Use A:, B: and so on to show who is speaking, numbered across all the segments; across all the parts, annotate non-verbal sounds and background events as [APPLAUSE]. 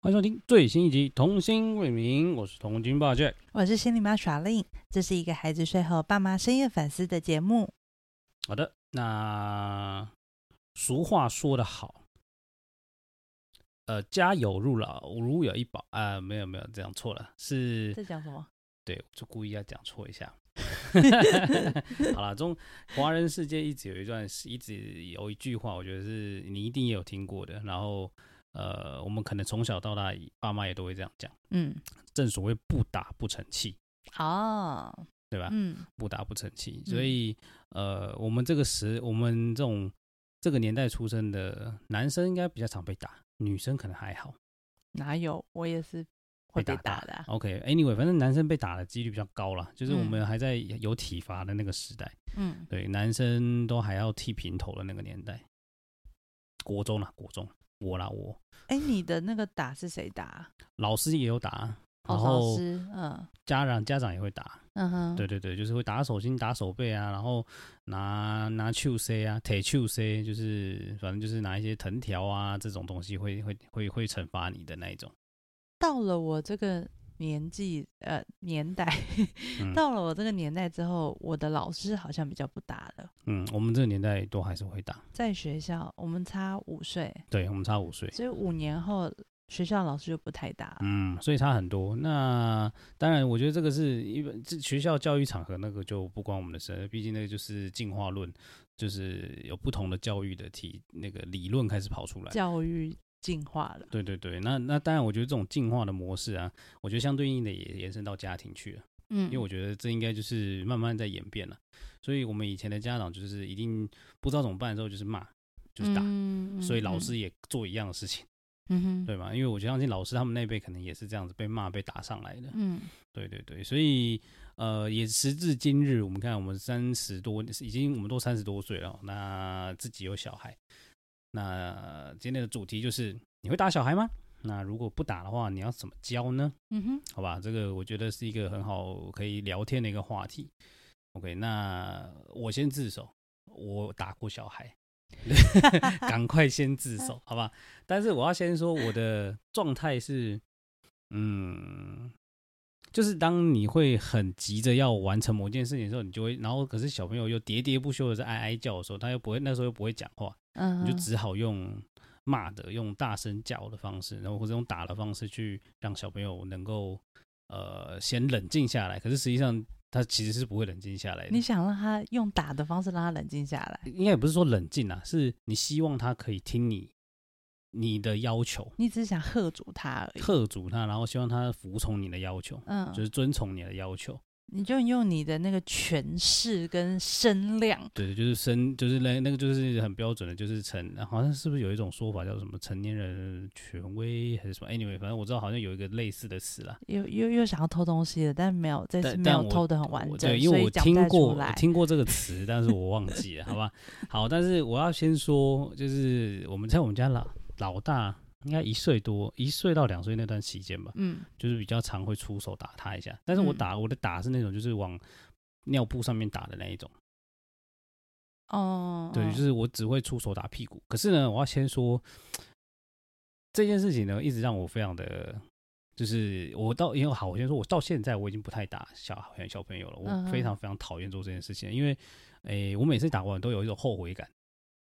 A: 欢迎收听最新一集《童心未泯》，我是童军爸 Jack。
B: 我是心理妈耍令，这是一个孩子睡后爸妈深夜反思的节目。
A: 好的，那俗话说得好，呃，家有入老，如有一宝啊、没有没有，这样错了，是
B: 在讲什么？
A: 对，就故意要讲错一下。 [LAUGHS] 好了，中华人世界一直有一段，一直有一句话，我觉得是你一定也有听过的。然后，呃，我们可能从小到大，爸妈也都会这样讲。
B: 嗯，
A: 正所谓不打不成器，
B: 哦，
A: 对吧？
B: 嗯
A: 不打不成器。
B: 嗯
A: 所以，呃，我们这个时，我们这种这个年代出生的男生应该比较常被打，女生可能还好。
B: 哪有？我也是会被打的啊、
A: OK，anyway，、反正男生被打的几率比较高啦，就是我
B: 嗯
A: 们还在有体罚的那个时代。
B: 嗯，
A: 对，男生都还要剃平头的那个年代，国中啦，国中，我啦，我
B: 哎，你的那个打是谁打啊？
A: 老师也有打，然
B: 哦，老
A: 后
B: 师，嗯
A: 家长家长也会打，
B: 嗯哼，
A: 对对对，就是会打手心、打手背啊，然后拿拿 Q C 啊、铁 Q C，就是反正就是拿一些藤条啊这种东西会会会会惩罚你的那一种。
B: 到了我这个年纪，呃，年代，
A: 嗯
B: 到了我这个年代之后，我的老师好像比较不打了。
A: 嗯，我们这个年代都还是会打，
B: 在学校，我们差五岁，
A: 对我们差五岁。
B: 所以五年后学校老师就不太打了。
A: 嗯，所以差很多。那当然，我觉得这个是一本这学校教育场合那个就不关我们的事，毕竟那个就是进化论，就是有不同的教育的体那个理论开始跑出来。
B: 教育进化了。
A: 对对对，那那当然，我觉得这种进化的模式啊，我觉得相对应的也延伸到家庭去了，
B: 嗯
A: 因为我觉得这应该就是慢慢在演变了。所以我们以前的家长就是一定不知道怎么办的时候，就是骂，就是打，
B: 嗯
A: 所以老师，也做一样的事情，
B: 嗯哼，
A: 对吧？因为我相信老师他们那一辈可能也是这样子被骂、被打上来的。
B: 嗯
A: 对对对，所以呃，也时至今日，我们看我们三十多，已经我们都三十多岁了哦，那自己有小孩，那今天的主题就是你会打小孩吗？那如果不打的话，你要怎么教呢？
B: 嗯哼，
A: 好吧，这个我觉得是一个很好可以聊天的一个话题。OK，那我先自首，我打过小孩， [LAUGHS] 赶快先自首，好吧？但是我要先说我的状态是，嗯，就是当你会很急着要完成某件事情的时候，你就会，然后可是小朋友又喋喋不休的在哀哀叫的时候，他又不会，那时候又不会讲话，
B: 嗯
A: 你就
B: 哼
A: 只好用骂的、用大声叫的方式，然后或者用打的方式去让小朋友能够呃先冷静下来。可是实际上他其实是不会冷静下来
B: 你
A: 的，
B: 想让他用打的方式让他冷静下来，
A: 应该也不是说冷静啊，是你希望他可以听你你的要求，
B: 你只是想喝阻他而已。
A: 喝足他，然后希望他服从你的要求，
B: 嗯，
A: 就是遵从你的要求。
B: 你就用你的那个权势跟声量，
A: 对，就是生，就是那那个就是很标准的，就是成，好像是不是有一种说法叫什么成年人权威还是什么？Anyway，反正我知道好像有一个类似的词啦。
B: 又又又想要偷东西了，但没有，这次
A: 但
B: 没
A: 但
B: 有
A: 我
B: 偷的很完
A: 我
B: 整，
A: 对，因
B: 所
A: 为
B: 以
A: 我
B: 讲
A: 听
B: 不太
A: 过
B: 出来
A: 我听过这个词，但是我忘记了，好吧？好，但是我要先说，就是我们在我们家老老大应该一岁多，一岁到两岁那段期间吧，
B: 嗯
A: 就是比较常会出手打他一下。但是我
B: 嗯
A: 打、我的打是那种就是往尿布上面打的那一种，
B: 哦，
A: 对，
B: 嗯
A: 就是我只会出手打屁股。可是呢，我要先说这件事情呢，一直让我非常的。就是我到因为好，我先说，我到现在我已经不太打小小朋友了，
B: 嗯
A: 我
B: 哼
A: 非常非常讨厌做这件事情，因为，诶、我每次打完都有一种后悔感，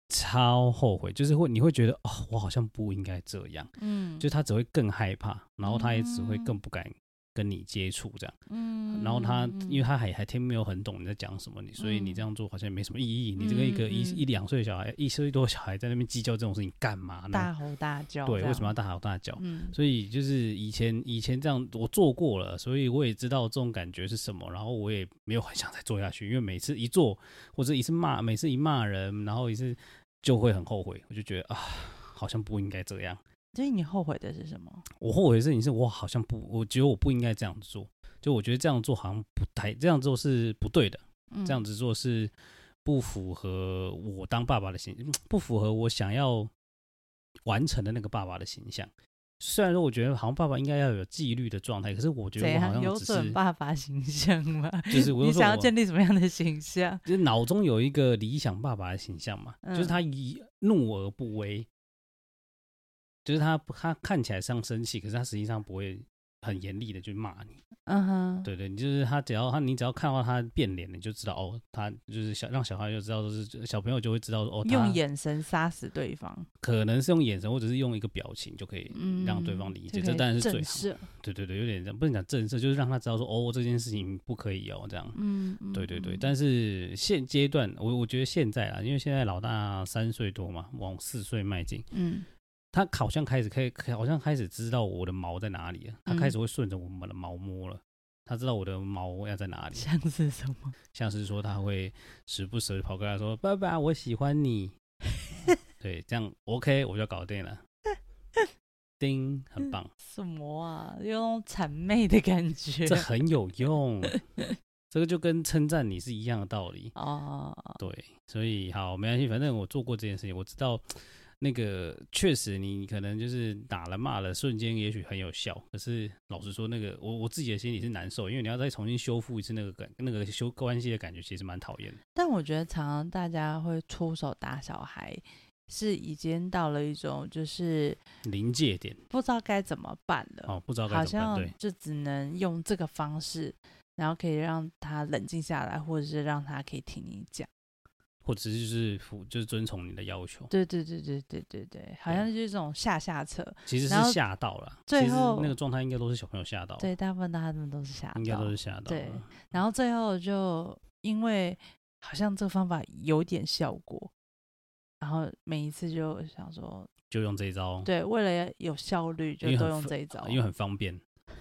A: 超后悔，就是会你会觉得哦，我好像不应该这样，
B: 嗯，
A: 就是他只会更害怕，然后他也只会
B: 嗯
A: 更不敢跟你接触这样。
B: 嗯，
A: 然后他，因为他还还听没有很懂你在讲什么，你所以你
B: 嗯
A: 这样做好像也没什么意义。你这个一个一
B: 嗯嗯
A: 一两岁的小孩，一岁多的小孩在那边计较这种事情干嘛
B: 大
A: 呢？
B: 吼大叫，
A: 对，
B: 这
A: 为什么要
B: 样？
A: 大吼大叫？
B: 嗯
A: 所以就是以前以前这样我做过了，所以我也知道这种感觉是什么，然后我也没有很想再做下去，因为每次一做或者一次骂，每次一骂人，然后一次就会很后悔，我就觉得啊，好像不应该这样。
B: 所以你后悔的是什么？
A: 我后悔的事情是我好像不，我觉得我不应该这样做，就我觉得这样做好像不太，这样做是不对的，
B: 嗯
A: 这样子做是不符合我当爸爸的心，不符合我想要完成了那个爸爸的形象。虽然说我觉得好像爸爸应该要有纪律的状态，可是我觉
B: 怎
A: 得我好
B: 样
A: 像
B: 有
A: 只是
B: 准爸爸形象吗？
A: 就是我
B: 你
A: 就说
B: 想要
A: 我
B: 建立什么样的形象？
A: 就是脑中有一个理想爸爸的形象嘛，
B: 嗯
A: 就是他以怒而不威，就是他他看起来像生气，可是他实际上不会很严厉的去骂你。
B: 嗯哼，
A: 对对，你就是他只要他你只要看到他变脸，你就知道哦，他就是小让小孩就知道，就是小朋友就会知道哦，他
B: 用眼神杀死对方，
A: 可能是用眼神或者是用一个表情就可以
B: 嗯，
A: 让对方理解，
B: 就可
A: 这
B: 以
A: 当然是最
B: 震
A: 好。
B: 慑，
A: 对对对，有点这样不能讲震慑，就是让他知道说哦，这件事情不可以哦，这样。
B: 嗯，嗯
A: 对对对，
B: 嗯
A: 但是现阶段，我我觉得现在啊，因为现在老大三岁多嘛，往四岁迈进， [LAUGHS]
B: 嗯
A: 他好像开始可以，好像开始知道我的毛在哪里了，他
B: 嗯
A: 开始会顺着我们的毛摸了，他知道我的毛要在哪里，
B: 像是什么？ [LAUGHS]
A: 像是说他会时不时地跑过来说：“爸爸，我喜欢你。”对，这样 OK，我就搞定了。叮，很棒，
B: 什么啊？有种谄媚的感
A: [LAUGHS]
B: 觉
A: 这很有用，这个就跟称赞你是一样的道理。
B: [LAUGHS] 哦，
A: 对，所以好，没关系，反正我做过这件事情，我知道那个确实你可能就是打了骂了，瞬间也许很有效，可是老实说，那个我我自己的心里是难受，因为你要再重新修复一次那个感那个修关系的感觉，其实蛮讨厌的。
B: 但我觉得常常大家会出手打小孩，是已经到了一种就是
A: 临界点
B: 不知道该怎么办了，
A: 哦，不知道该
B: 好
A: 怎么办，
B: 像
A: 对，
B: 就只能用这个方式，然后可以让他冷静下来，或者是让他可以听你讲。
A: 或者是就是服就是遵从你的要求，
B: 对对对对对对对，好像就是这种下下策。
A: 其实是
B: 然后
A: 吓到了，
B: 最
A: 其实
B: 后
A: 那个状态应该都是小朋友吓到，
B: 对，，大部分他们都是下
A: 应该
B: 到
A: 都是吓到，
B: 对，然后最后就因为好像这个方法有点效果，然后每一次就想说，
A: 就用这一招，
B: 对，哦为了有效率，就
A: 哦因为
B: 都
A: 很
B: 用
A: 复
B: 这一招。
A: 因为很方便。 [LAUGHS]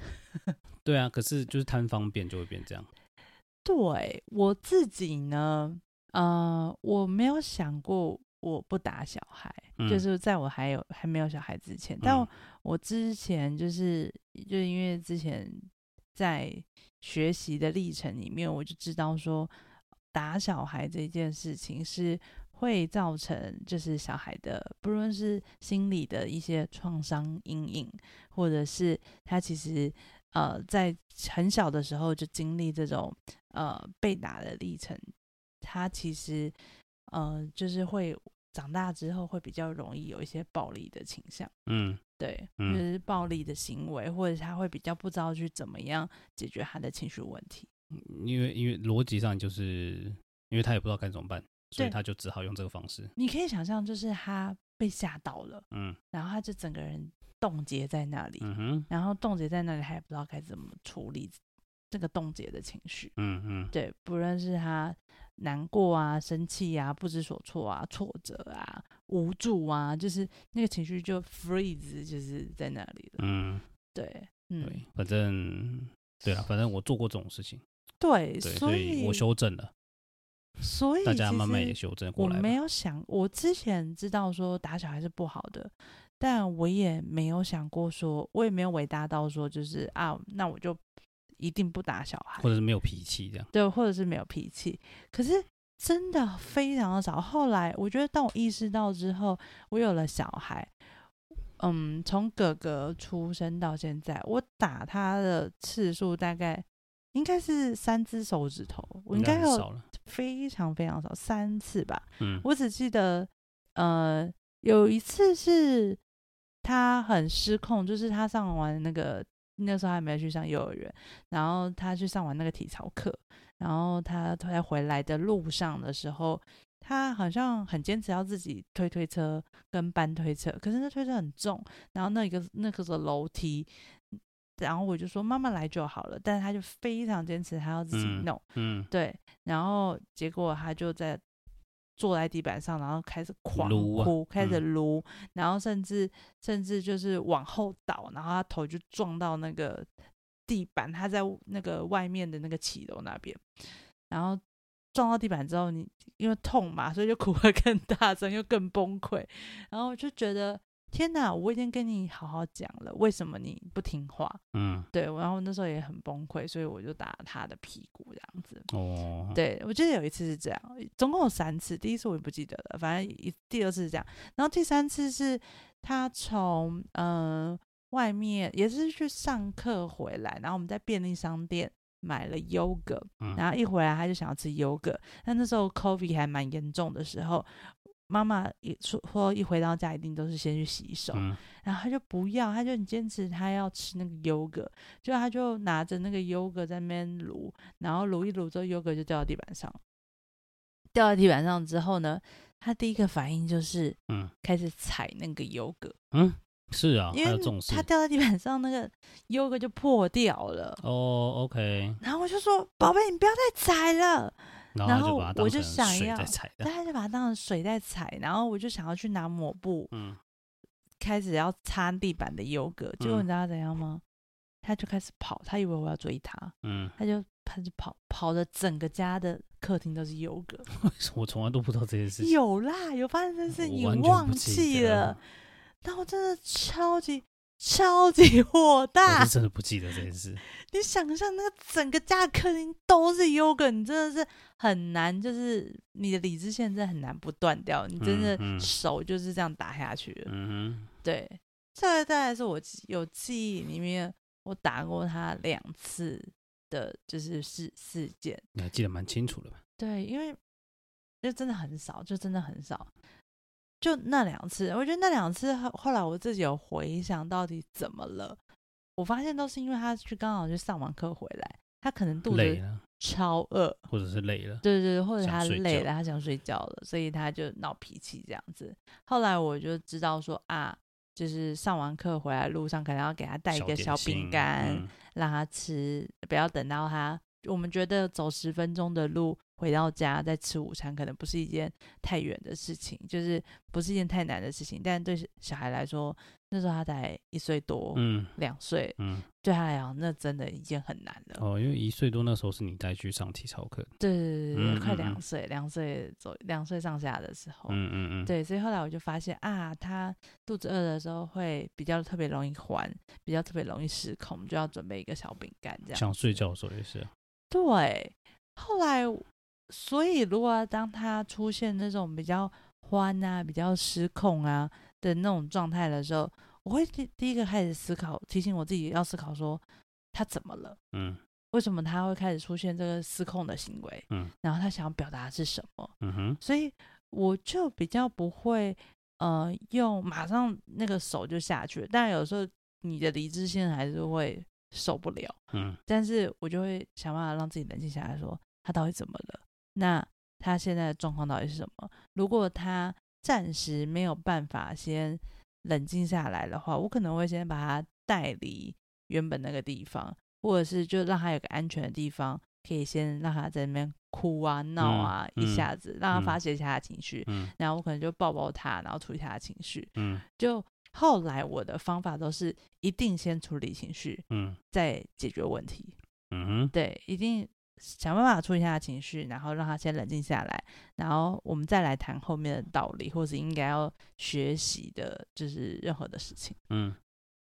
A: 对啊，可是就是贪方便就会变这样。
B: 对我自己呢，呃，我没有想过我不打小孩，
A: 嗯
B: 就是在我还有还没有小孩之前，但我
A: 嗯
B: 我之前就是就因为之前在学习的历程里面，我就知道说打小孩这件事情是会造成就是小孩的不论是心理的一些创伤阴影，或者是他其实呃在很小的时候就经历这种呃被打的历程，他其实呃就是会长大之后会比较容易有一些暴力的倾向。
A: 嗯
B: 对，
A: 嗯
B: 就是暴力的行为，或者他会比较不知道去怎么样解决他的情绪问题。
A: 因为因为逻辑上就是，因为他也不知道该怎么办，所以
B: 对
A: 他就只好用这个方式。
B: 你可以想象，就是他被吓到了，
A: 嗯
B: 然后他就整个人冻结在那里，
A: 嗯哼，
B: 然后冻结在那里，他也不知道该怎么处理这个冻结的情绪。
A: 嗯嗯
B: 对，不论是他难过啊、生气啊、不知所措啊、挫折啊、无助啊，就是那个情绪就 freeze，就是在那里了。
A: 嗯，
B: 对，
A: 对
B: 嗯，，
A: 反正对啊，反正我做过这种事情，
B: 对，
A: 对，
B: 所
A: 所以我修正了，
B: 所以
A: 大家
B: 其
A: 慢慢
B: 实
A: 也修正
B: 我
A: 过来吧
B: 没。有想，我之前知道说打小孩是不好的，但我也没有想过说，我也没有伟大到说就是啊，那我就一定不打小孩
A: 或，者是没有脾气这样，
B: 对，或者是没有脾气。可是真的非常的少。后来我觉得，当我意识到之后，我有了小孩，嗯，从哥哥出生到现在，我打他的次数大概应该是三只手指头，我应该
A: 很
B: 有
A: 少了。
B: 非常非常少，三次吧。
A: 嗯，
B: 我只记得，呃，有一次是他很失控，就是他上完那个那时候还没去上幼儿园，然后他去上完那个体操课，然后他在回来的路上的时候，他好像很坚持要自己推推车跟搬推车，可是那推车很重，然后那个那个是楼梯。然后我就说妈妈来就好了，但是他就非常坚持，他要自己
A: 嗯
B: 弄。
A: 嗯，
B: 对，然后结果他就在坐在地板上，然后开始狂
A: 撸啊
B: 哭，开始
A: 嗯
B: 撸，然后甚至甚至就是往后倒，然后他头就撞到那个地板，他在那个外面的那个骑楼那边，然后撞到地板之后，你因为痛嘛，所以就哭得更大声，又更崩溃，然后我就觉得。天哪！我已经跟你好好讲了，为什么你不听话？
A: 嗯，
B: 对，然后那时候也很崩溃，所以我就打他的屁股这样子。
A: 哦，，
B: 对，我记得有一次是这样，总共有三次。第一次我也不记得了，反正一第二次是这样，然后第三次是他从呃外面也是去上课回来，然后我们在便利商店买了优格，
A: 嗯
B: 然后一回来他就想要吃优格。但那时候 COVID 还蛮严重的时候，妈妈一出说一回到家一定都是先去洗手，
A: 嗯
B: 然后他就不要，他就很坚持他要吃那个优格，就他就拿着那个优格在那边撸，然后撸一撸之后优格就掉到地板上了。掉到地板上之后呢，他第一个反应就是
A: 嗯
B: 开始踩那个优格，
A: 嗯，是啊，还
B: 因为
A: 有这种事
B: 他。掉在地板上，那个优格就破掉了。
A: 哦，OK，
B: 然后我就说：“宝贝，你不要再踩了。”
A: 然
B: 然
A: 后他
B: 后
A: 就把它当
B: 我就
A: 成
B: 想
A: 水
B: 要
A: 在踩
B: 但
A: 的，
B: 他就把它当成水在踩，然后我就想要去拿抹布，
A: 嗯，
B: 开始要擦地板的优格。结果
A: 嗯
B: 你知道他怎样吗？他就开始跑，他以为我要追他，
A: 嗯，
B: 他就他就跑，跑的整个家的客厅都是优格。
A: 我从来都不知道这件事情，
B: 有啦，有发生这事，
A: 我
B: 你
A: 完全不
B: 忘
A: 记
B: 记
A: 得
B: 了？但我真的超级超级火大
A: 我是，真的不记得这件事。
B: 你想象那个整个家的客厅都是优格，你真的是很难，就是你的理智线真的很难不断掉，你真
A: 嗯
B: 的
A: 嗯
B: 手就是这样打下去了。
A: [LAUGHS] 嗯
B: 对，这个大概是我记有记忆里面我打过他两次的，就是事事件。
A: 哼，你还记得蛮清楚的吧？
B: 对，因为就真的很少，就真的很少。就那两次，我觉得那两次后后来我自己有回想到底怎么了，我发现都是因为他去刚好去上完课回来，他可能肚
A: 累
B: 子
A: 了，
B: 超饿，
A: 或者是累了，
B: 对对，对或者
A: 想
B: 他
A: 睡
B: 累
A: 觉
B: 了，他想睡觉了，所以他就闹脾气这样子。后来我就知道说啊，就是上完课回来路上可能要给他带一个
A: 点
B: 小
A: 心
B: 饼干，
A: 嗯
B: 让他吃，不要等到他。我们觉得走十分钟的路回到家再吃午餐，可能不是一件太远的事情，就是不是一件太难的事情。但对小孩来说，那时候他才一岁多、
A: 嗯
B: 两岁，
A: 嗯，
B: 对他来讲，那真的已经很难了。
A: 哦，因为一岁多那时候是你带去上体操课的，
B: 对对对对，
A: 嗯
B: 对，快
A: 嗯嗯
B: 两岁，两岁左两岁上下的时候，
A: 嗯嗯嗯，，
B: 对，所以后来我就发现啊，他肚子饿的时候会比较特别容易还，比较特别容易失控，就要准备一个小饼干这样。
A: 想睡觉的时候也是啊，
B: 对，后来所以如果当他出现那种比较欢啊、比较失控啊的那种状态的时候，我会第第一个开始思考，提醒我自己要思考说他怎么了。
A: 嗯
B: 为什么他会开始出现这个失控的行为？
A: 嗯，
B: 然后他想要表达的是什么？
A: 嗯哼，
B: 所以我就比较不会呃用马上那个手就下去了，但有时候你的理智线还是会受不了，
A: 嗯
B: 但是我就会想办法让自己冷静下来说，他到底怎么了？那他现在的状况到底是什么？如果他暂时没有办法先冷静下来的话，我可能会先把他带离原本那个地方，或者是就让他有个安全的地方，可以先让他在那边哭啊、闹啊，
A: 嗯
B: 一下子让他发泄一下他的情绪，
A: 嗯
B: 然后我可能就抱抱他，然后处理他的情绪。
A: 嗯
B: 就后来我的方法都是一定先处理情绪，
A: 嗯
B: 再解决问题。
A: 嗯哼，
B: 对，一定想办法处理一下情绪，然后让他先冷静下来，然后我们再来谈后面的道理，或是应该要学习的，就是任何的事情。
A: 嗯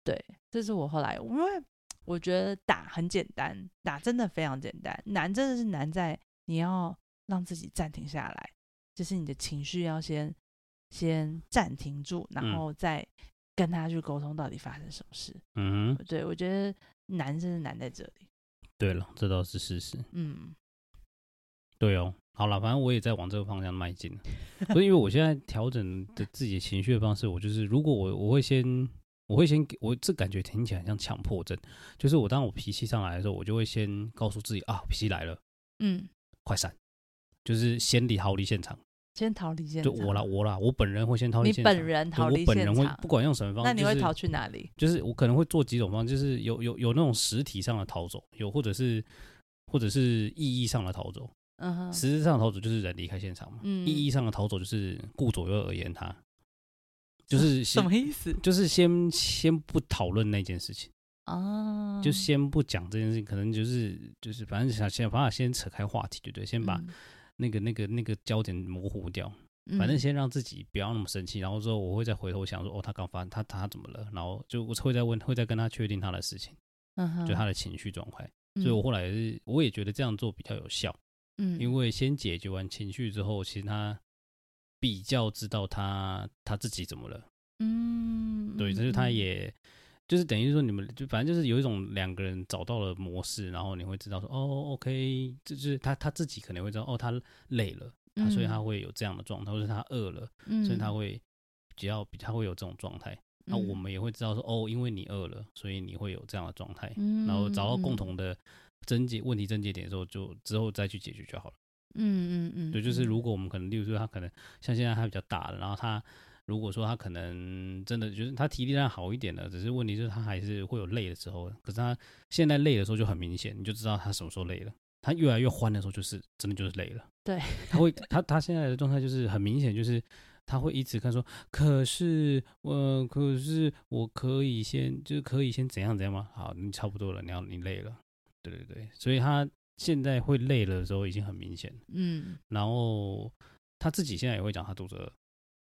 B: 对，这是我后来，因为我觉得打很简单，打真的非常简单，难真的是难在你要让自己暂停下来，就是你的情绪要先先暂停住，然
A: 嗯
B: 后再跟他去沟通到底发生什么事。
A: 嗯哼，
B: 对我觉得难真是难在这里。
A: 对了，这倒是事实，
B: 嗯，
A: 对哦。好了，反正我也在往这个方向迈进，所以因为我现在调整的自己情绪的方式，我就是如果我我会先，我会先给我这感觉听起来很像强迫症，就是我当我脾气上来的时候，我就会先告诉自己啊，脾气来了，
B: 嗯，
A: 快闪，就是先离逃离现场。
B: 先逃离现
A: 就
B: 场。
A: 我啦，我啦，我本人会先逃离
B: 你
A: 现场，
B: 本人
A: 对
B: 逃离
A: 我本
B: 现
A: 人会
B: 场，
A: 不管用什么方式，
B: 那你
A: 就
B: 会
A: 是
B: 逃去哪里？
A: 就是我可能会做几种方式，就是有有有那种实体上的逃走，有或者是或者是意义上的逃走。
B: 嗯哼，
A: 实质上的逃走就是人离开现场嘛，
B: 嗯
A: 意义上的逃走就是顾左右而言
B: [LAUGHS]
A: 他，就是
B: 什
A: 先
B: 么意 [LAUGHS] 思
A: 就是先先不讨论那件事情，
B: 啊？
A: 就先不讲这件事情，可能就是就是反正想想办法先扯开话题，对不对？先把
B: 嗯，
A: 那个那个那个焦点模糊掉。反正先让自己不要那么生气，然后之后我会再回头想说，哦，他刚发他他怎么了？然后就我会再问，会再跟他确定他的事情，
B: 嗯，
A: 就他
B: 的，
A: 的情绪状态。所以我后来也是我也觉得这样做比较有效，
B: 嗯，
A: 因为先解决完情绪之后，其实他比较知道他他自己怎么了，
B: 嗯，
A: 对，就是他也就是等于说你们就反正就是有一种两个人找到了模式，然后你会知道说哦，OK，就是他他自己可能会知道哦，他累了，他所以他会有这样的状态，或者他饿了，
B: 嗯，嗯
A: 所以他会比较比他会有这种状态。那我们也会知道说哦，因为你饿了，所以你会有这样的状态。
B: 嗯，
A: 然后找到共
B: 嗯，
A: 同的症结问题症结点的时候，就之后再去解决就好了。
B: 嗯嗯嗯，
A: 对，就是
B: 嗯
A: 如果我们可能，例如说他可能像现在他比较大了，然后他如果说他可能真的就是他体力量好一点了，只是问题就是他还是会有累的时候。可是他现在累的时候就很明显，你就知道他什么时候累了。他越来越欢的时候，就是真的就是累了。
B: 对，
A: 他会他他现在的状态就是很明显，就是他会一直看说，可是我、呃可是我可以先就是可以先怎样怎样吗？好，你差不多了，你要你累了。对对对，所以他现在会累了的时候已经很明显了。
B: 嗯，
A: 然后他自己现在也会讲他肚子饿，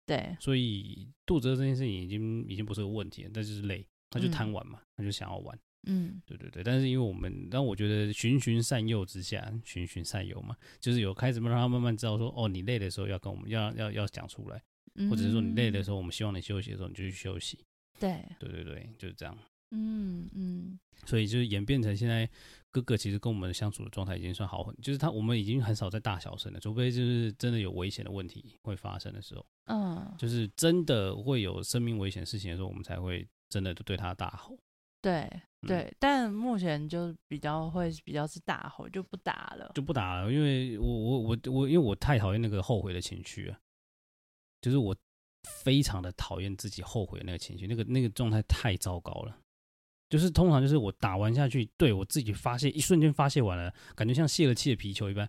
B: 对，
A: 所以肚子饿这件事情已经已经不是个问题了，但就是累，他就贪玩嘛，他就想要玩，
B: 嗯
A: 对对对。但是因为我们，但我觉得循循善诱之下，循循善诱嘛，就是有开始让他慢慢知道说，哦，你累的时候要跟我们要要要讲出来，
B: 嗯，
A: 或者是说你累的时候，我们希望你休息的时候你就去休息，
B: 对，
A: 对对对，就是这样。
B: 嗯嗯
A: 所以就是演变成现在，哥哥其实跟我们相处的状态已经算好很，就是他我们已经很少在大小声了，除非就是真的有危险的问题会发生的时候。
B: 嗯，
A: 就是真的会有生命危险事情的时候，我们才会真的对他大吼。
B: 对
A: 嗯
B: 对，但目前就比较会比较是大吼，就不打了。
A: 就不打了，因为我我我我，因为我太讨厌那个后悔的情绪了，就是我非常的讨厌自己后悔的那个情绪，那个那个状态太糟糕了。就是通常就是我打完下去，对我自己发泄，一瞬间发泄完了，感觉像泄了气的皮球一般。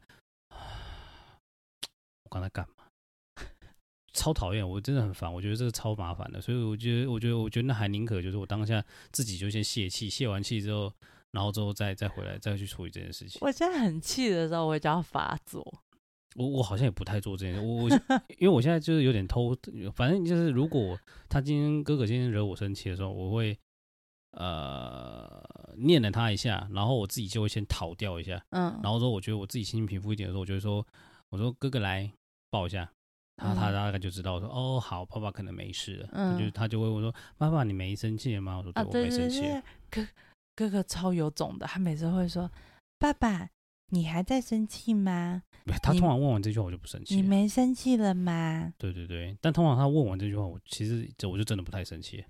A: 我刚才干嘛？超讨厌，我真的很烦，我觉得这个超麻烦的，所以我觉得，我觉得，我觉得那还宁可就是我当下自己就先泄气，泄完气之后，然后之后再再回来再去处理这件事情。
B: 我现在很气的时候，我就要发作。
A: 我我好像也不太做这件事，我我因为我现在就是有点偷，反正就是如果他今天哥哥今天惹我生气的时候，我会呃念了他一下，然后我自己就会先逃掉一下，
B: [LAUGHS] 嗯，
A: 然后之后我觉得我自己心情平复一点的时候，我就会说我说哥哥来抱一下，他他
B: 嗯
A: 大概就知道说哦好，爸爸可能没事了，他就
B: 嗯
A: 他就会问说爸爸你没生气了吗？我说对
B: 啊，
A: 我
B: 对
A: 没
B: 对
A: 生气了，
B: 对，哥哥哥超有种的，他每次会说：“爸爸，你还在生气吗？
A: 他
B: 你
A: 通常问完这句话我就不生气
B: 你
A: 了，
B: 没生气了吗
A: 对对对，但通常他问完这句话，我其实这我就真的不太生气了，？”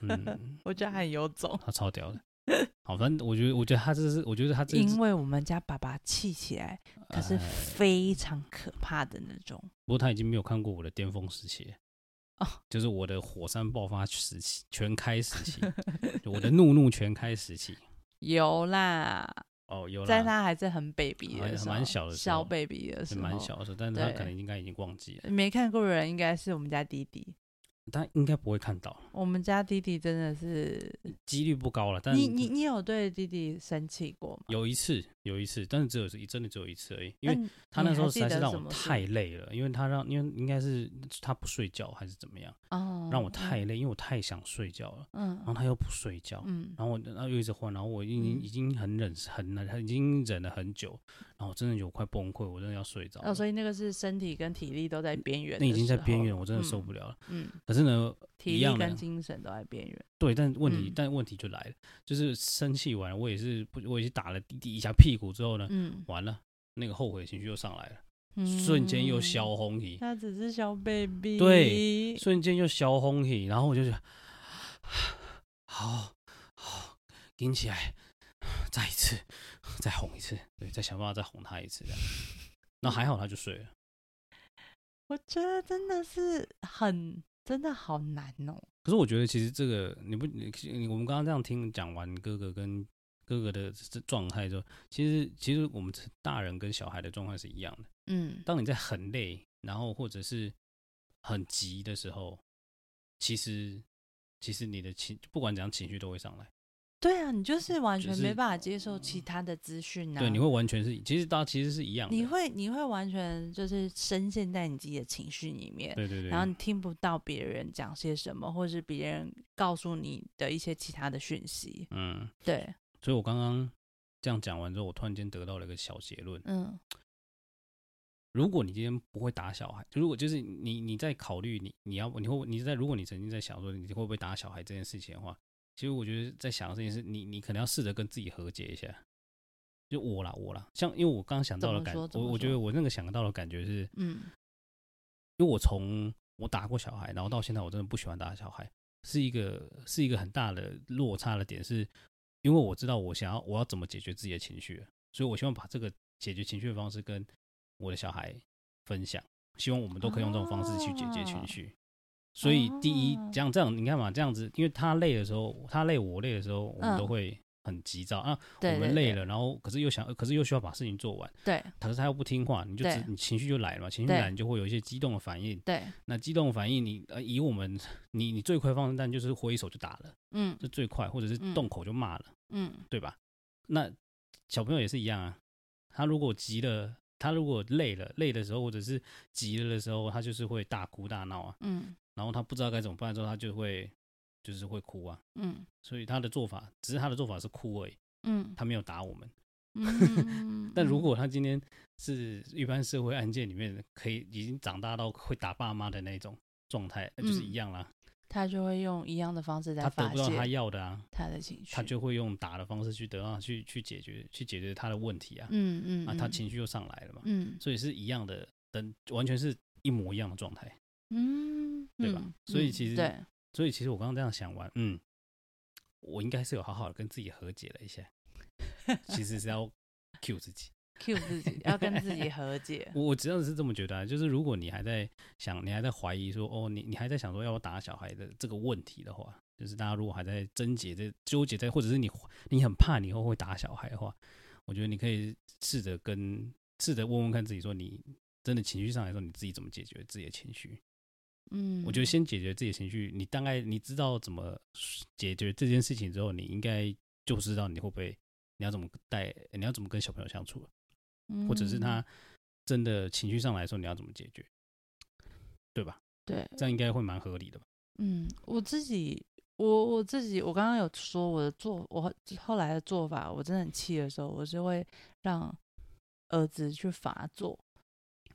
A: 嗯。
B: [LAUGHS] 我觉得很有种，
A: 他超屌的。好，反正我觉得，我觉得他这是，我觉得 [LAUGHS] 他这是
B: 因，为我们家爸爸气起来可是
A: 哎
B: 非常可怕的那种。
A: 不过他已经没有看过我的巅峰时期了，
B: 哦
A: 就是我的火山爆发时期、全开时
B: [LAUGHS]
A: 期，就我的怒怒全开时期。
B: 有啦，
A: 哦，有啦
B: 在他还是很 baby
A: 还
B: 的时候，
A: 蛮小的时候
B: 小 baby 的
A: 是
B: 时候，
A: 蛮小的时候，但是他可
B: 对
A: 能应该已经忘记了，
B: 没看过的人应该是我们家弟弟，
A: 他应该不会看到，
B: 我们家弟弟真的是，
A: 几率不高了。但
B: 你你你有对弟弟生气过吗？
A: 有一次，有一次，但是只有一真的只有一次而已，因
B: 那
A: 为
B: 你
A: 他那
B: 你
A: 时
B: 还
A: 候
B: 记
A: 实在是
B: 得
A: 让
B: 什
A: 我
B: 么事
A: 太累了，因为他让，因为应该是他不睡觉还是怎么样，
B: 哦，
A: 让我太累，因为我太想睡觉了，
B: 嗯
A: 然后他又不睡觉，
B: 嗯
A: 然后我然后又一直换，然后我已经、
B: 嗯
A: 已经很忍很 [LAUGHS] 了，已经忍了很久，然后我真的有快崩溃，我真的要睡着了。
B: 哦，所以那个是身体跟体力都在边缘，
A: 那已经在边缘，，我真的受不了了。
B: 嗯，
A: 可是呢，一
B: 体力
A: 样的
B: 跟精神都在边缘，
A: 对，但问题、
B: 嗯
A: 但问题就来了，就是生气完，我也是不，我也是打了弟弟一下屁股之后呢，
B: 嗯，
A: 完了，那个后悔的情绪又上来了，瞬间又
B: 消。
A: 消红起，
B: 嗯他只是小 baby，
A: 对，瞬间又消红起，然后我就觉得， [SIGHS] 好好顶起来， [SIGHS] 再一次， [SIGHS] 再哄一次，对，再想办法再哄他一次，这样。那还好，他就睡了。
B: 我觉得真的是很，真的好难哦。
A: 可是我觉得其实这个你不你你我们刚刚这样听讲完哥哥跟哥哥的这状态之后，其实其实我们大人跟小孩的状态是一样的。
B: 嗯，
A: 当你在很累，然后或者是很急的时候，其实其实你的情不管怎样情绪都会上来。
B: 对啊，你就是完
A: 就
B: 全
A: 是
B: 没办法接受其他的资讯啊。
A: 对，你会完全是，其实大家其实是一样的。
B: 你会你会完全就是深陷在你自己的情绪里面，
A: 对对对，
B: 然后你听不到别人讲些什么，或是别人告诉你的一些其他的讯息。
A: 嗯，
B: 对，
A: 所以我刚刚这样讲完之后，我突然间得到了一个小结论，
B: 嗯
A: 如果你今天不会打小孩，如果就是你你在考虑你你要你会你在如果你曾经在想说你会不会打小孩这件事情的话，其实我觉得在想这件事，你你可能要试着跟自己和解一下。就我啦，我啦，像因为我刚想到的
B: 怎么
A: 感，
B: 说
A: 我
B: 怎么
A: 我觉得
B: 说
A: 我那个想到的感觉是，
B: 嗯
A: 因为我从我打过小孩，然后到现在我真的不喜欢打小孩，是一个是一个很大的落差的点，是因为我知道我想要我要怎么解决自己的情绪了，所以我希望把这个解决情绪的方式跟我的小孩分享，希望我们都可以用这种方式去解决情绪。所以第一
B: 哦，
A: 这样这样，你看嘛，这样子，因为他累的时候，他累我累的时候，我们
B: 嗯
A: 都会很急躁啊。
B: 对
A: 我
B: 对
A: 们累
B: 对
A: 了，然后可是又想，可是又需要把事情做完，
B: 对
A: 可是他又不听话，你就
B: 对
A: 只你情绪就来了嘛，情绪
B: 对
A: 来你就会有一些激动的反应，
B: 对，
A: 那激动反应你，呃以我们你你最快放弹就是挥手就打了，
B: 嗯
A: 这最快，或者是
B: 嗯
A: 动口就骂了，
B: 嗯
A: 对吧？那小朋友也是一样啊，他如果急了，他如果累了，累的时候或者是急了的时候，他就是会大哭大闹啊，
B: 嗯
A: 然后他不知道该怎么办的时候，他就会就是会哭啊，
B: 嗯
A: 所以他的做法只是他的做法是哭而已， [LAUGHS]
B: 嗯
A: 他没有打我们。，
B: 嗯
A: 但如果他今天是一般社会案件里面可以已经长大到会打爸妈的那种状态，那就是一
B: 嗯
A: 样啦。
B: 他就会用一样的方式在
A: 他得
B: 发
A: 不到他
B: 泄
A: 要的啊，
B: 他的情绪，
A: 他就会用打的方式去得到去去解决去解决他的问题啊，
B: 嗯嗯
A: 啊，他
B: 嗯
A: 情绪又上来了嘛，
B: 嗯
A: 所以是一样的，等完全是一模一样的状态。
B: 嗯
A: 对吧
B: 嗯
A: 所以
B: 嗯
A: 其实
B: 对
A: 所以其实我刚刚这样想完，嗯，我应该是有好好的跟自己和解了一
B: [LAUGHS]
A: 下，其实是要 cue 自己。，
B: Q 自己要跟自己和解
A: 我我只要是这么觉得、啊，就是如果你还在想，你还在怀疑说，哦，你你还在想说要不要打小孩的这个问题的话，就是大家如果还在纠结在纠结在，或者是你你很怕你以后会打小孩的话，我觉得你可以试着跟试着问问看自己说，你真的情绪上来说，你自己怎么解决自己的情绪？[LAUGHS]
B: 嗯，
A: 我觉得先解决自己的情绪，你大概你知道怎么解决这件事情之后，你应该就知道你会不会你要怎么带，你要怎么跟小朋友相处了。或者是他
B: 嗯
A: 真的情绪上来的时候，你要怎么解决？对吧？
B: 对
A: 这样应该会蛮合理的吧？
B: 嗯，我自己，我我自己，我刚刚有说我的做，我后后来的做法，我真的很气的时候，我是会让儿子去罚坐，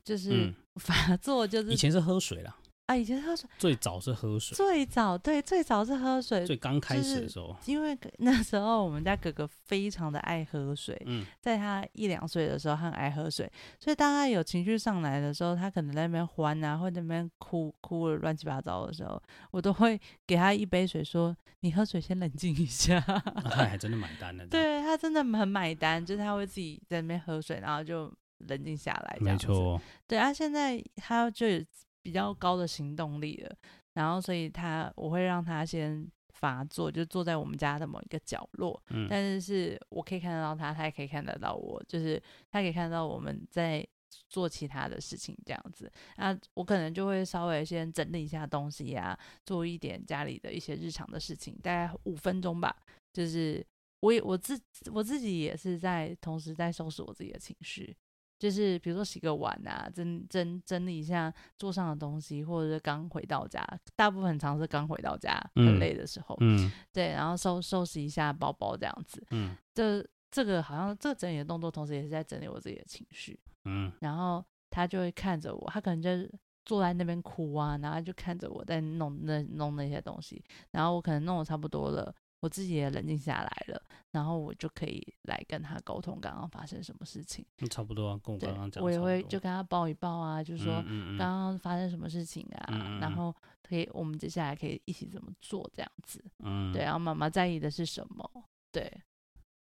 B: 就是
A: 嗯，
B: [LAUGHS] 罚坐，就
A: 以
B: 是
A: 前是喝水啦，
B: 啊，以前喝水
A: 最早是喝水，
B: 最早对最早是喝水，
A: 最刚开始
B: 就
A: 的
B: 是
A: 时候，
B: 因为 [LAUGHS] 那时候我们家哥哥非常的爱喝水，
A: 嗯，
B: 在他一两岁的时候，他很爱喝水，所以当他有情绪上来的时候，他可能在那边欢啊，或者那边哭哭的乱七八糟的时候，我都会给他一杯水说，你喝水先冷静一下。
A: 那他还真的买单了，这样，
B: [LAUGHS] 对他真的很买单，就是他会自己在那边喝水，然后就冷静下来。
A: 没。错，
B: 对啊，现在他就有比较高的行动力了，然后所以他我会让他先罚坐，就坐在我们家的某一个角落，
A: 嗯，
B: 但是是我可以看得到他，他也可以看得到我，就是他可以看到我们在做其他的事情这样子。那我可能就会稍微先整理一下东西呀、做一点家里的一些日常的事情，大概五分钟吧。就是我也我自我自己也是在同时在收拾我自己的情绪。就是比如说洗个碗啊，整整整理一下桌上的东西，或者是刚回到家，大部分常是刚回到家
A: 嗯
B: 很累的时候，
A: 嗯
B: 对，然后收收拾一下包包这样子。
A: 嗯
B: 这这个好像这个整理的动作，同时也是在整理我自己的情绪。
A: 嗯，
B: 然后他就会看着我，他可能就是坐在那边哭啊，然后他就看着我在弄那弄那些东西。然后我可能弄的差不多了，我自己也冷静下来了，然后我就可以来跟他沟通刚刚发生什么事情。
A: 那差不多啊，跟我
B: 对
A: 刚刚，讲，
B: 我也会就跟他抱一抱啊，就说。
A: 嗯，嗯嗯
B: 刚刚发生什么事情啊？
A: 嗯嗯嗯
B: 然后可以，我们接下来可以一起怎么做这样子？
A: 嗯，
B: 对，然啊后妈妈在意的是什么？对，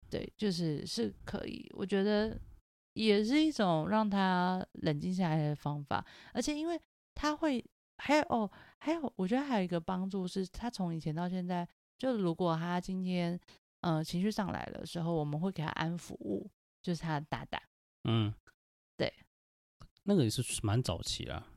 B: 对，就是是可以，我觉得也是一种让他冷静下来的方法，而且因为他会，还有哦，还有，我觉得还有一个帮助是，他从以前到现在，就如果他今天呃情绪上来的时候，我们会给他安抚物，就是他的大大，
A: 嗯，
B: 对，
A: 那个也是蛮早期啦，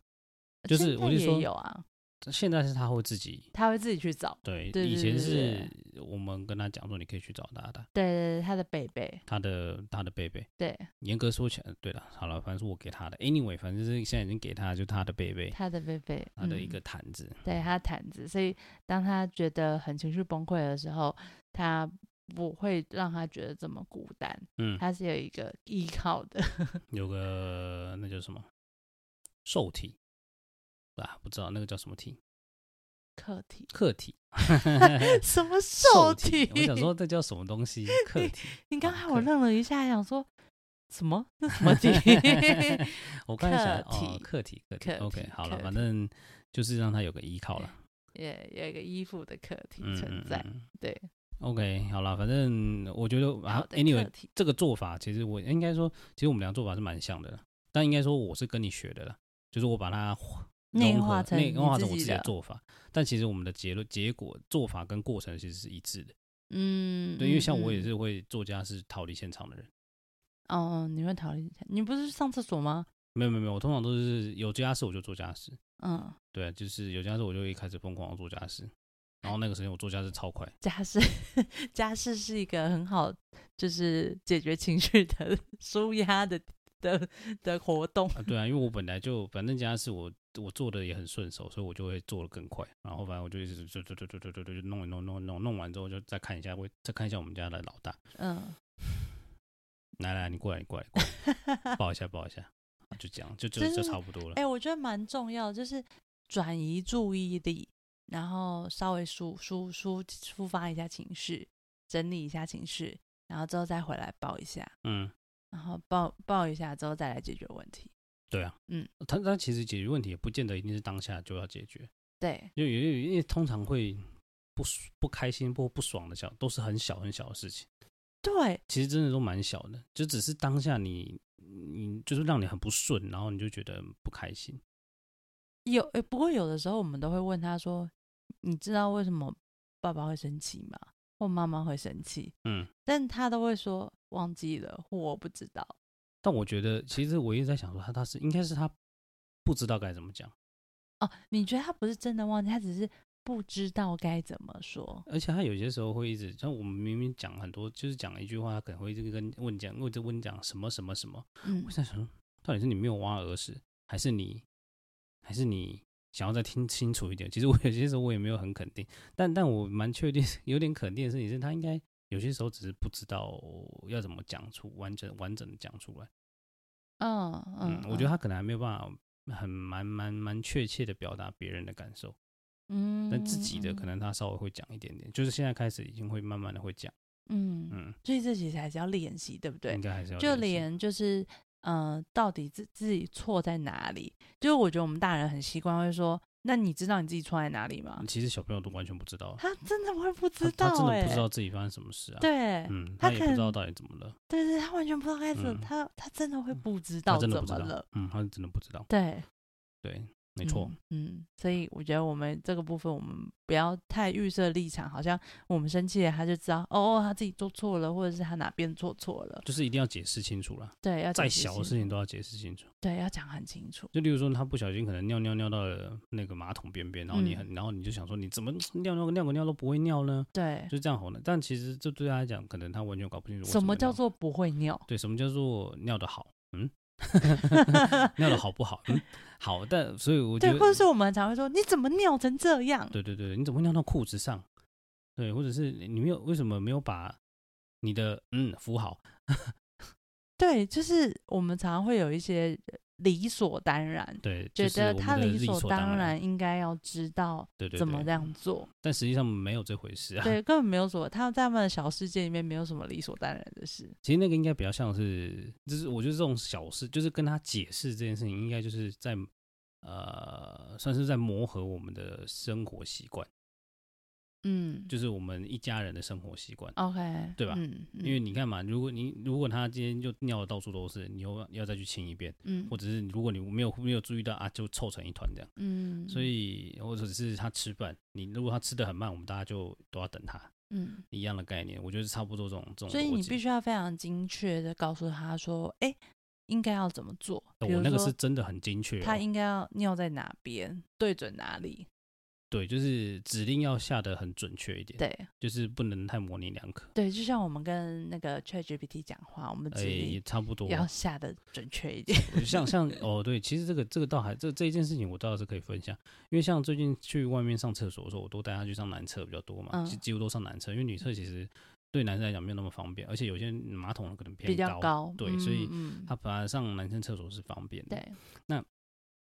A: 就是
B: 现在
A: 我就说
B: 呃也有啊，
A: 现在是他会自己。
B: 他会自己去找，
A: 对，
B: 对
A: 以
B: 对
A: 前
B: 对
A: 是
B: 对
A: 我们跟他讲说，你可以去找他的，
B: 对对对，他的贝贝，
A: 他的他的贝贝，
B: 对
A: 严格说起来，对了，好了，反正是我给他的。Anyway，反正是现在已经给他，就他的贝贝，
B: 他的贝贝，
A: 他的一
B: 嗯
A: 个毯子。
B: 对他的毯子，所以当他觉得很情绪崩溃的时候，他不会让他觉得这么孤单，
A: 嗯，
B: 他是有一个依靠的。
A: 有个那叫什么受体啊，不知道那个叫什么体，
B: 课
A: [LAUGHS]
B: 题
A: 客体，
B: 什
A: [LAUGHS]
B: 么受体？
A: 我想说这叫什么东西？
B: [LAUGHS]
A: 客体。
B: 你刚
A: 啊
B: 才
A: 课
B: 我愣了一下，想说什么？
A: [LAUGHS]
B: 那什么题？
A: 我刚才想
B: 客体
A: 哦，客体，客体
B: 客体
A: ，OK，好了，
B: 客
A: 反
B: 体
A: 正就是让它有个依靠
B: [LAUGHS]
A: 了。
B: 也有一个依附的课题
A: 嗯
B: 存在。
A: 嗯嗯嗯
B: 对
A: OK，好了，反正我觉得
B: 好
A: 啊
B: 的
A: ，Anyway，
B: 课题
A: 这个做法其实我应该说，其实我们俩做法是蛮像的啦，但应该说我是跟你学的了，就是我把它
B: 内
A: 融合
B: 化成
A: 内
B: 你
A: 化
B: 自
A: 成我
B: 己
A: 自己的
B: 的
A: 做法，但其实我们的结论、结果、做法跟过程其实是一致的。
B: 嗯，
A: 对，因为
B: 嗯
A: 像我也
B: 嗯
A: 是会做家事逃离现场的人，
B: 哦，你会逃离？你不是去上厕所吗？
A: 没有没有没有，我通常都是有家事我就做家事，
B: 嗯，
A: 对，就是有家事我就会开始疯狂的做家事，然后那个时间我做家事超快，
B: 家事， [LAUGHS] 家事是一个很好，就是解决情绪的 [LAUGHS] 舒压的的的活动。
A: 啊，对啊，因为我本来就反正家事我我做的也很顺手，所以我就会做的更快。然后反正我就一直就就就就就就就弄一弄弄一弄弄完之后，就再看一下，我再看一下我们家的老大，
B: 嗯，
A: 来来，你过来，你过来，过来抱一下，抱一下，啊就这样，就就
B: 真
A: 就是差不多了
B: 哎、。我觉得蛮重要，就是转移注意力，然后稍微抒抒抒抒发一下情绪，整理一下情绪，然后之后再回来抱一下，
A: 嗯，
B: 然后抱抱一下之后再来解决问题。
A: 对啊，
B: 嗯，
A: 他他其实解决问题也不见得一定是当下就要解决，
B: 对，
A: 因为因为因为通常会不舒不开心或不爽的小都是很小很小的事情。
B: 对，
A: 其实真的都蛮小的，就只是当下你你就是让你很不顺，然后你就觉得不开心。
B: 有，诶不过有的时候我们都会问他说：“你知道为什么爸爸会生气吗？或妈妈会生气
A: 嗯，？”
B: 但他都会说忘记了，或我不知道。
A: 但我觉得其实我一直在想说他他是应该是他不知道该怎么讲，
B: 哦，你觉得他不是真的忘记，他只是不知道该怎么说。
A: 而且他有些时候会一直像我们明明讲很多，就是讲一句话，他可能会一直跟问讲，问这问讲什么什么什么。
B: 嗯
A: 我，在想说，到底是你没有挖耳屎，还是你还是你想要再听清楚一点？其实我有些时候我也没有很肯定，但但我蛮确定，有点肯定的事情是他应该有些时候只是不知道要怎么讲出完整完整的讲出来。
B: 嗯
A: 嗯
B: 嗯，，
A: 我觉得他可能还没有办法很蛮蛮蛮确切的表达别人的感受，
B: 嗯，
A: 但自己的
B: 嗯
A: 可能他稍微会讲一点点，就是现在开始已经会慢慢的会讲，
B: 嗯，
A: 嗯，
B: 所以这其实还是要练习，对不对
A: 应？该还是要
B: 就
A: 练习
B: 连就是呃，到底自自己错在哪里？就是我觉得我们大人很习惯会说：“那你知道你自己错在哪里吗
A: 嗯其实小朋友都完全不知道，
B: 他真的会不
A: 他
B: 知道、
A: 他
B: 欸，
A: 真的不知道自己发生什么事啊，，
B: 对，
A: 嗯，
B: 他
A: 他也
B: 可
A: 不知
B: 能
A: 道到底怎么了。
B: 对对，他完全不知道该怎么，
A: 嗯
B: 他他真的会不知
A: 他
B: 道
A: 真
B: 怎
A: 的不知
B: 么
A: 道
B: 了，，
A: 嗯，他是真的不知道，
B: 对，
A: 对，没错，
B: 嗯，嗯，所以我觉得我们这个部分，我们不要太预设立场，好像我们生气了，他就知道哦，哦他自己做错了，或者是他哪边做错了，
A: 就是一定要解释清楚啦，
B: 对，要
A: 再
B: 解释
A: 小的
B: 清
A: 事情
B: 楚
A: 都要解释清楚。
B: 对，要讲很清楚，
A: 就例如说，他不小心可能尿尿尿到了那个马桶边边，然后
B: 嗯
A: 你很，然后你就想说，你怎么尿尿尿个尿都不会尿呢？
B: 对，
A: 就这样吼呢。但其实这对他来讲，可能他完全搞不清楚为
B: 什
A: 么
B: 么叫
A: 尿
B: 做不会尿？
A: 对，什么叫做尿的好？
B: [LAUGHS]
A: 嗯，尿的好不好？嗯，好，但所以我觉得
B: 对，或，者是我们常会说你怎么尿成这样？
A: 对对对，你怎么会尿到裤子上？对，或者是你没有为什么没有把你的嗯扶好？
B: 对，就是我们常常会有一些呃理所当然，
A: 对，
B: 觉
A: 就是
B: 得
A: 我们
B: 他
A: 的
B: 理
A: 理
B: 所
A: 所
B: 当
A: 然
B: 然应该要知道
A: 对对
B: 怎么
A: 对
B: 这样 [LAUGHS] 做，
A: 但实际上没有这回事啊。
B: 对，根本没有什么，他在他们的小世界里面没有什么理所当然的事。
A: 其实那个应该比较像是，就是我觉得这种小事，就是跟他解释这件事情，应该就是在呃，算是在磨合我们的生活习惯，
B: 嗯，
A: 就是我们一家人的生活习惯。
B: OK，
A: 对吧
B: 哦嗯，
A: 因为你看嘛，如果你如果他今天就尿的到处都是，你又要再去清一遍，
B: 嗯
A: 或者是如果你没有没有注意到啊，就凑成一团这样。
B: 嗯，
A: 所以或者是他吃饭，你如果他吃的很慢，我们大家就都要等他，
B: 嗯，
A: 一样的概念，我觉得是差不多这种这种逻辑。
B: 所以你必须要非常精确的告诉他说，哎、应该要怎么做，比
A: 我
B: 如
A: 那个
B: 说
A: 是真的很精确哦、
B: 他应该要尿在哪边，对准哪里，
A: 对，就是指令要下的很准确一点，
B: 对
A: 就是不能太模棱两可。
B: 对，就像我们跟那个 ChatGPT 讲话，我们
A: 哎、
B: 指
A: 也
B: 令
A: 差不多。
B: 要下的准确一点，
A: 像像哦，对，其实这个这个倒还这这一件事情我倒是可以分享，因为像最近去外面上厕所的时候，我都带他去上男厕比较多嘛，
B: 嗯
A: 几几乎都上男厕，因为女厕其实对男生来讲没有那么方便，而且有些马桶可能偏
B: [LAUGHS] 比较高，
A: 对所以
B: 嗯嗯
A: 他本来上男生厕所是方便的。
B: 对，
A: 那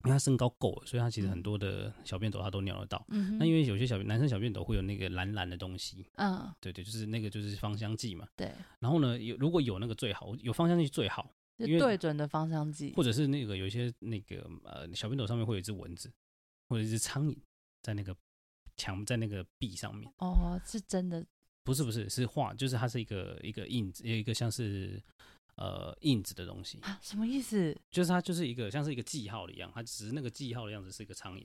A: 因为他身高够了，所以他其实很多的小便斗他都尿得到。
B: 嗯哼，
A: 那因为有些小男生小便斗会有那个蓝蓝的东西，
B: 嗯
A: 对对，就是那个就是芳香剂嘛。
B: 对，
A: 然后呢，有如果有那个最好，有芳香剂最好，
B: 就
A: 因为
B: 对准的芳香剂，
A: 或者是那个有一些那个呃小便斗上面会有一只蚊子或者一只苍蝇在那个墙在那个壁上面，
B: 哦，是真的，
A: 不是不是是画，就是它是一个一个印子，一个像是呃印子的东西，
B: 啊什么意思？
A: [LAUGHS] 就是它就是一个像是一个记号的一样，它只是那个记号的样子是一个苍蝇，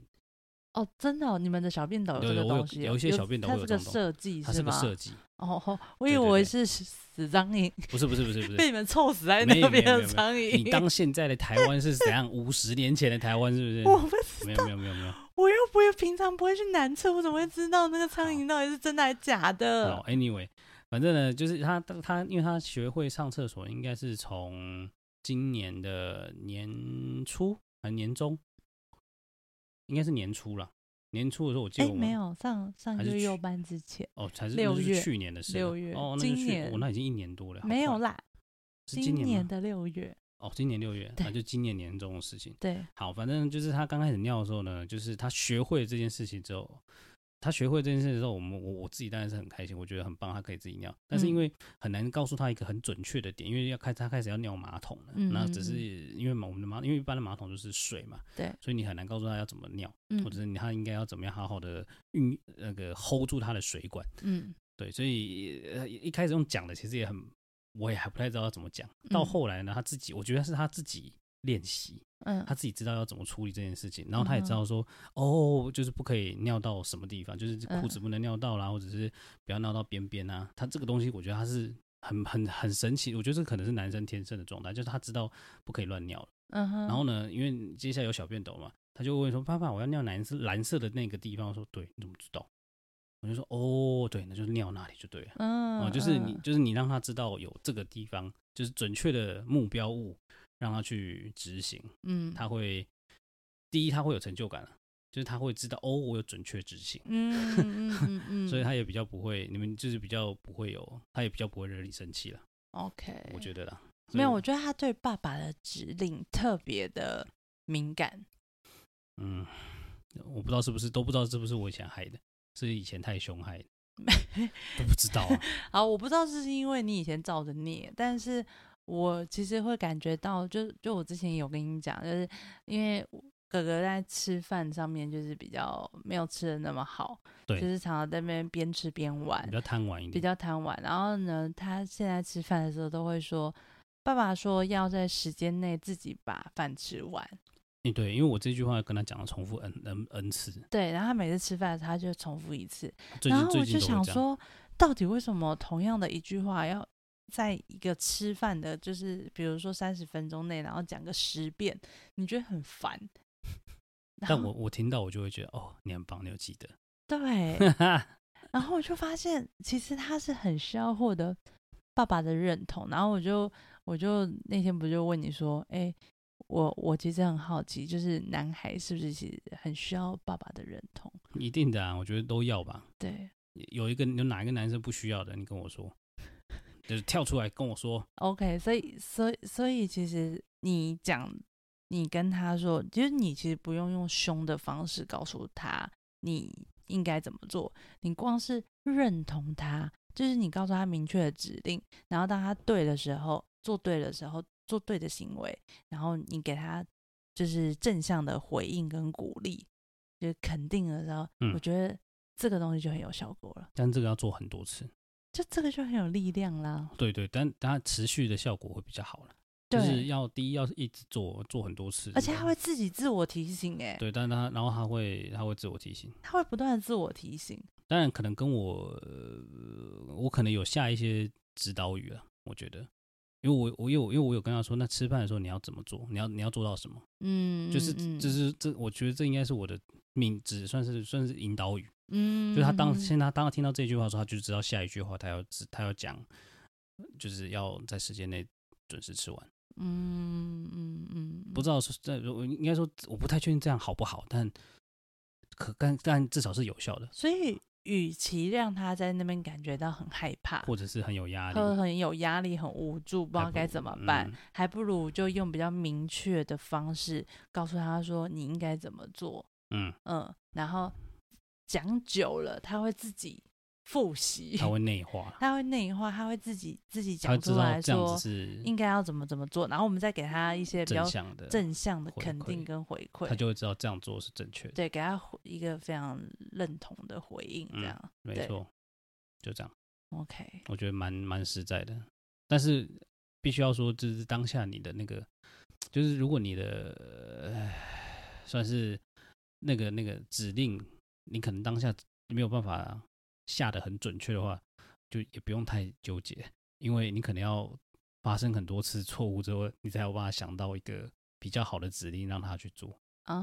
B: 哦，真的哦、你们的小便斗有
A: 有
B: 这个
A: 有我有
B: 东西哦，
A: 有一些小便斗
B: 它
A: 会
B: 是
A: 有
B: 个
A: 这种
B: 设计
A: 它是个
B: 吗？
A: 设计，
B: 哦，我以
A: 对对
B: 为
A: 对
B: 是死死苍蝇，
A: 不是不是不是不
B: [LAUGHS] 被
A: 是。
B: 你们臭死在
A: 没有
B: 那
A: 没有
B: 边
A: 没
B: 的
A: 有
B: 苍蝇。
A: 你当现在的台湾是怎样？五十年前的台湾是不是？
B: [LAUGHS] 我不知
A: 没
B: 道
A: 有没有没有没有。
B: 我又不会平常不会去南侧，我怎么会知道那个苍蝇到底是真的还是假的？
A: 哦，anyway，反正呢，就是他他他，因为他学会上厕所应该是从今年的年初还是年中，应该是年初了。年初的时候，我记
B: 哎、
A: 得我们、
B: 没有上上
A: 还
B: 个
A: 是
B: 月
A: 去
B: 幼班之前
A: 哦，才是
B: 六
A: 那是
B: 月
A: 去年的事了。
B: 六月
A: 哦，那就
B: 今
A: 去我、
B: 年
A: 那已经一年多了，好
B: 没有
A: 快
B: 啦，
A: 是今
B: 年
A: 年吗
B: 的六月，
A: 哦，今年六月，
B: 对
A: 那就今年年中的事情。
B: 对，
A: 好，反正就是他刚开始尿的时候呢，就是他学会这件事情之后，他学会这件事情之后，我们我我自己当然是很开心，我觉得很棒，他可以自己尿。但是因
B: 嗯
A: 为很难告诉他一个很准确的点，因为要开他开始要尿马桶了，
B: 嗯
A: 那
B: 嗯
A: 只是因为嘛我们的马，因为一般的马桶就是水嘛，
B: 对
A: 所以你很难告诉他要怎么尿，
B: 嗯
A: 或者是你他应该要怎么样好好的运那个 hold 住他的水管。
B: 嗯，
A: 对，所以呃一开始用讲的其实也很，我也还不太知道要怎么讲。到
B: 嗯
A: 后来呢，他自己我觉得是他自己练习。
B: 嗯
A: 他自己知道要怎么处理这件事情，然后他也
B: 嗯哼
A: 知道说，哦，就是不可以尿到什么地方，就是
B: 嗯
A: 裤子不能尿到啦，或者是不要尿到边边啊。他这个东西，我觉得他是很很很神奇，我觉得这可能是男生天生的状态，就是他知道不可以乱尿了。
B: 嗯哼，
A: 然后呢，因为接下来有小便斗嘛，他就问说，爸爸，我要尿蓝色蓝色的那个地方。我说，对，你怎么知道？我就说，哦，对，那就是尿那里就对了。
B: 嗯，
A: 哦，就是你，
B: 嗯
A: 就是你让他知道有这个地方，就是准确的目标物，让他去执行。
B: 嗯，
A: 他会第一他会有成就感啊，就是他会知道哦，我有准确执行，
B: 嗯嗯嗯嗯，
A: [LAUGHS] 所以他也比较不会，你们就是比较不会有，他也比较不会惹你生气了，
B: OK，
A: 我觉得啦。所以
B: 没有，我觉得他对爸爸的指令特别的敏感。
A: 嗯，我不知道是不是都不知道是不是我以前害的，是以前太凶
B: [LAUGHS]
A: 害的，都不知道啊。
B: 好，我不知道是不是因为你以前造的孽，但是我其实会感觉到，就就我之前有跟你讲，就是因为我哥哥在吃饭上面就是比较没有吃的那么好，
A: 对嗯
B: 就是常常在那边边吃边玩
A: 比，较贪玩一
B: 比
A: 点，
B: 较贪玩。然后呢，他现在吃饭的时候都会说，爸爸说要在时间内自己把饭吃完。
A: 嗯，对，因为我这句话跟他讲了重复 n n n 次，
B: 对，然后他每次吃饭的时候他就重复一次，
A: 最
B: 然
A: 近
B: 后我
A: 最近
B: 就
A: 都
B: 想
A: 会这样。
B: 说，到底为什么同样的一句话要在一个吃饭的，就是比如说三十分钟内，然后讲个十遍，你觉得很烦？然
A: 但
B: 后
A: 我我听到我就会觉得哦，你很棒，你有记得，，
B: 对
A: [LAUGHS]
B: 然后我就发现其实他是很需要获得爸爸的认同，然后我就我就那天不就问你说，哎、我我其实很好奇，就是男孩是不是其实很需要爸爸的认同？
A: 一定的啊，我觉得都要吧。
B: 对
A: 有一个有哪一个男生不需要的，你跟我说， [LAUGHS] 就是跳出来跟我说，
B: ，OK，所以所以所以其实你讲，你跟他说，就是你其实不用用凶的方式告诉他你应该怎么做，你光是认同他，就是你告诉他明确的指令，然后当他对的时候，做对的时候，做对的行为，然后你给他就是正向的回应跟鼓励，就是肯定的时候，
A: 嗯
B: 我觉得这个东西就很有效果了，
A: 但这个要做很多次，
B: 就这个就很有力量啦。
A: 对对，但但它持续的效果会比较好了，
B: 对。
A: 就是要第一要一直做做很多次，
B: 而且他会自己自我提醒、欸，
A: 对，但他然后他会他会自我提醒，
B: 他会不断的自我提醒。
A: 当然可能跟我、呃我可能有下一些指导语了，我觉得。因为我我有因为我有跟他说，那吃饭的时候你要怎么做？你要你要做到什么？
B: 嗯，
A: 就是
B: 嗯
A: 就是这，我觉得这应该是我的命旨，算是算是引导语。
B: 嗯，
A: 就是他当
B: 嗯
A: 现在他当他听到这句话的时候，他就知道下一句话他要知他要讲，就是要在时间内准时吃完。
B: 嗯嗯嗯，嗯
A: 不知道是在我应该说我不太确定这样好不好，但可但但至少是有效的。
B: 所以与其让他在那边感觉到很害怕，
A: 或者是很有压力，
B: 或很有压力、很无助，不知
A: 还
B: 道
A: 不
B: 该
A: 如
B: 怎么办，
A: 嗯
B: 还不如就用比较明确的方式告诉他说你应该怎么做，
A: 嗯，
B: 嗯，然后讲久了他会自己复习，
A: 他会内
B: [LAUGHS]
A: 化，
B: 他会内化，他会自己自己
A: 他会
B: 讲
A: 知
B: 出
A: 道
B: 来
A: 这样
B: 说
A: 子是
B: 应该要怎么怎么做，然后我们再给他一些比
A: 嗯
B: 较
A: 正向的，
B: 正向的
A: 回
B: 肯
A: 馈
B: 定跟回馈，
A: 他就会知道这样做是正确的，
B: 对给他回一个非常认同的回应，这
A: 嗯
B: 样、
A: 没
B: 对
A: 错，就这样，
B: OK，
A: 我觉得蛮蛮实在的，但是必须要说，就是当下你的那个，就是如果你的、呃、算是那个那个指令，你可能当下没有办法下的很准确的话，就也不用太纠结，因为你可能要发生很多次错误之后，你才有办法想到一个比较好的指令让他去做，
B: 啊，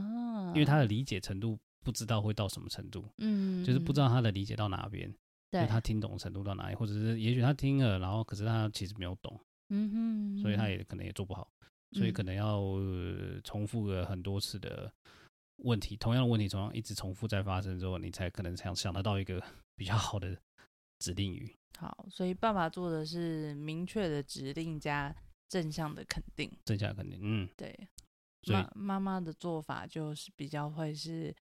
A: 因为他的理解程度不知道会到什么程度，
B: 嗯
A: 就是不知
B: 道
A: 道他的理解到哪边。就
B: 对
A: 他听懂程度到哪里，或者是也许他听了，然后可是他其实没有懂，
B: 嗯哼，
A: 所以他也可能也做不好，所以可
B: 嗯
A: 能要、呃重复了很多次的问题，同样的问题，同样一直重复再发生之后，你才可能想想得到一个 [LAUGHS] 比较好的指令语。
B: 好，所以爸爸做的是明确的指令加正向的肯定，
A: 剩下肯定，嗯，
B: 对。
A: 所以
B: 妈妈妈的做法就是比较会是，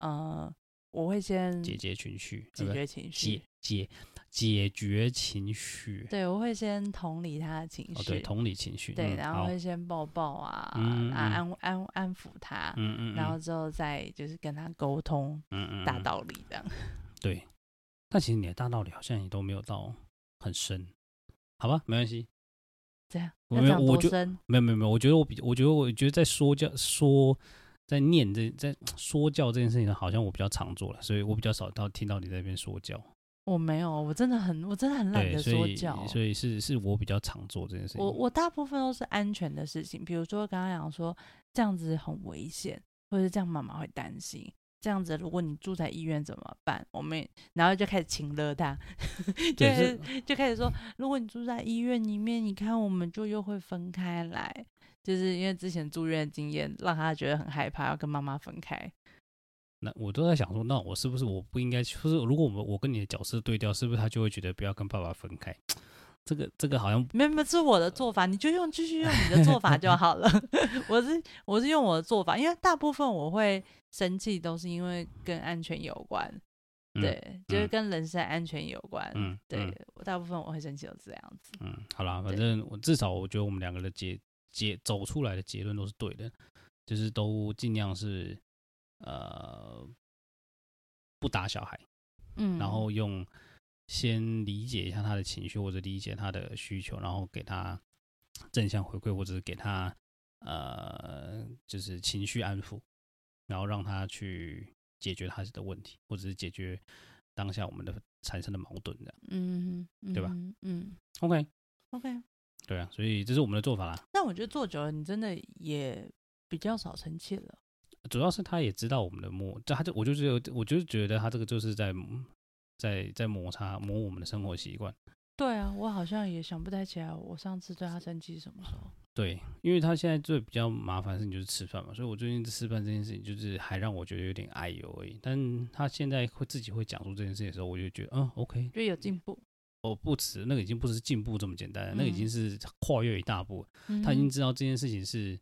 B: 呃，我会先
A: 解决情绪，
B: 嗯解
A: 呃不
B: 决情绪
A: 解，解解决情绪，
B: 对我会先同理他的情
A: 哦
B: 绪，
A: 对，同理情绪，
B: 对
A: 嗯、
B: 然
A: 好
B: 后会先抱抱啊，
A: 嗯
B: 啊
A: 嗯
B: 安安安抚他，
A: 嗯嗯，
B: 然
A: 嗯
B: 后之后再就是跟他沟通
A: 嗯嗯
B: 大
A: 嗯
B: 道理这样。
A: 对，但其实你的大道理好像也都没有到很深，好吧，没关系。
B: 这样，
A: 我
B: 那
A: 没
B: 这
A: 有
B: 样
A: 我
B: 多
A: 就
B: 深
A: 没有没有没有，我觉得我比我觉得我觉得在说教说在念这在说教这件事情，好像我比较常做了，所以我比较少到听到你在那边说教。
B: 我没有，我真的很，我真的很懒
A: 对，
B: 得
A: 所
B: 说
A: 以
B: 教。
A: 所以是是我比较常做这件事情。
B: 我我大部分都是安全的事情，比如说刚刚讲说这样子很危险，或者是这样妈妈会担心，这样子如果你住在医院怎么办？我们也然后就开始请了他，就
A: 对
B: 开
A: 是
B: 始就开始说，如果你住在医院里面，你看我们就又会分开来，就是因为之前住院的经验让他觉得很害怕，要跟妈妈分开。
A: 那我都在想说，那我是不是我不应该？就是如果我们我跟你的角色对调，是不是他就会觉得不要跟爸爸分开？这个这个好像
B: 没有没有，这是我的做法，你就用继续用你的做法就好了。 [LAUGHS] 我是我是用我的做法，因为大部分我会生气都是因为跟安全有关，
A: 嗯
B: 对，就是
A: 嗯
B: 跟人身安全有关，
A: 嗯
B: 对
A: 嗯
B: 我大部分我会生气都这样子，
A: 嗯，好啦，反
B: 对
A: 正我至少我觉得我们两个的结结走出来的结论都是对的，就是都尽量是呃不打小孩，
B: 嗯，
A: 然后用先理解一下他的情绪或者理解他的需求，然后给他正向回馈或者是给他呃就是情绪安抚，然后让他去解决他的问题，或者是解决当下我们的产生的矛盾这样。
B: 嗯，
A: 对吧
B: 嗯？嗯
A: OK，
B: ，OK，
A: 对啊，所以这是我们的做法啦。
B: 但我觉得做久了，你真的也比较少生气了，
A: 主要是他也知道我们的磨，这他就我就觉得，我就是觉得他这个就是在在在摩擦磨我们的生活习惯。
B: 对啊，我好像也想不太起来，我上次对他生气是什么时候？
A: 对，因为他现在最比较麻烦的事情就是吃饭嘛，所以我最近吃饭这件事情就是还让我觉得有点哎呦而已。但他现在会自己会讲出这件事情的时候，我就觉得嗯，OK，
B: 就有进步，
A: 哦，不止那个已经不是进步这么简单了，那个已
B: 嗯
A: 经是跨越一大步了。他已经知道这件事情是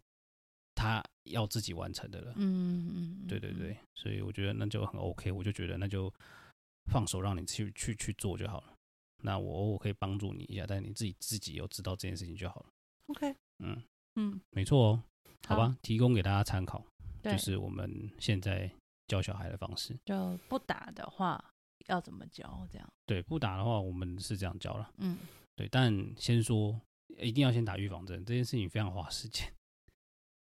A: 他要自己完成的了。
B: 嗯，嗯嗯嗯，
A: 对对
B: 嗯
A: 对，所以我觉得那就很 OK，我就觉得那就放手让你去去去做就好了。那我偶尔可以帮助你一下，但你自己自己有知道这件事情就好了。
B: ，OK，
A: 嗯，
B: 嗯，
A: 没错哦，好
B: 好
A: 吧，提供给大家参考，
B: 对
A: 就是我们现在教小孩的方式。
B: 就不打的话要怎么教？这样，
A: 对，不打的话，我们是这样教了。
B: 嗯，
A: 对，但先说一定要先打预防针，这件事情非常花时间。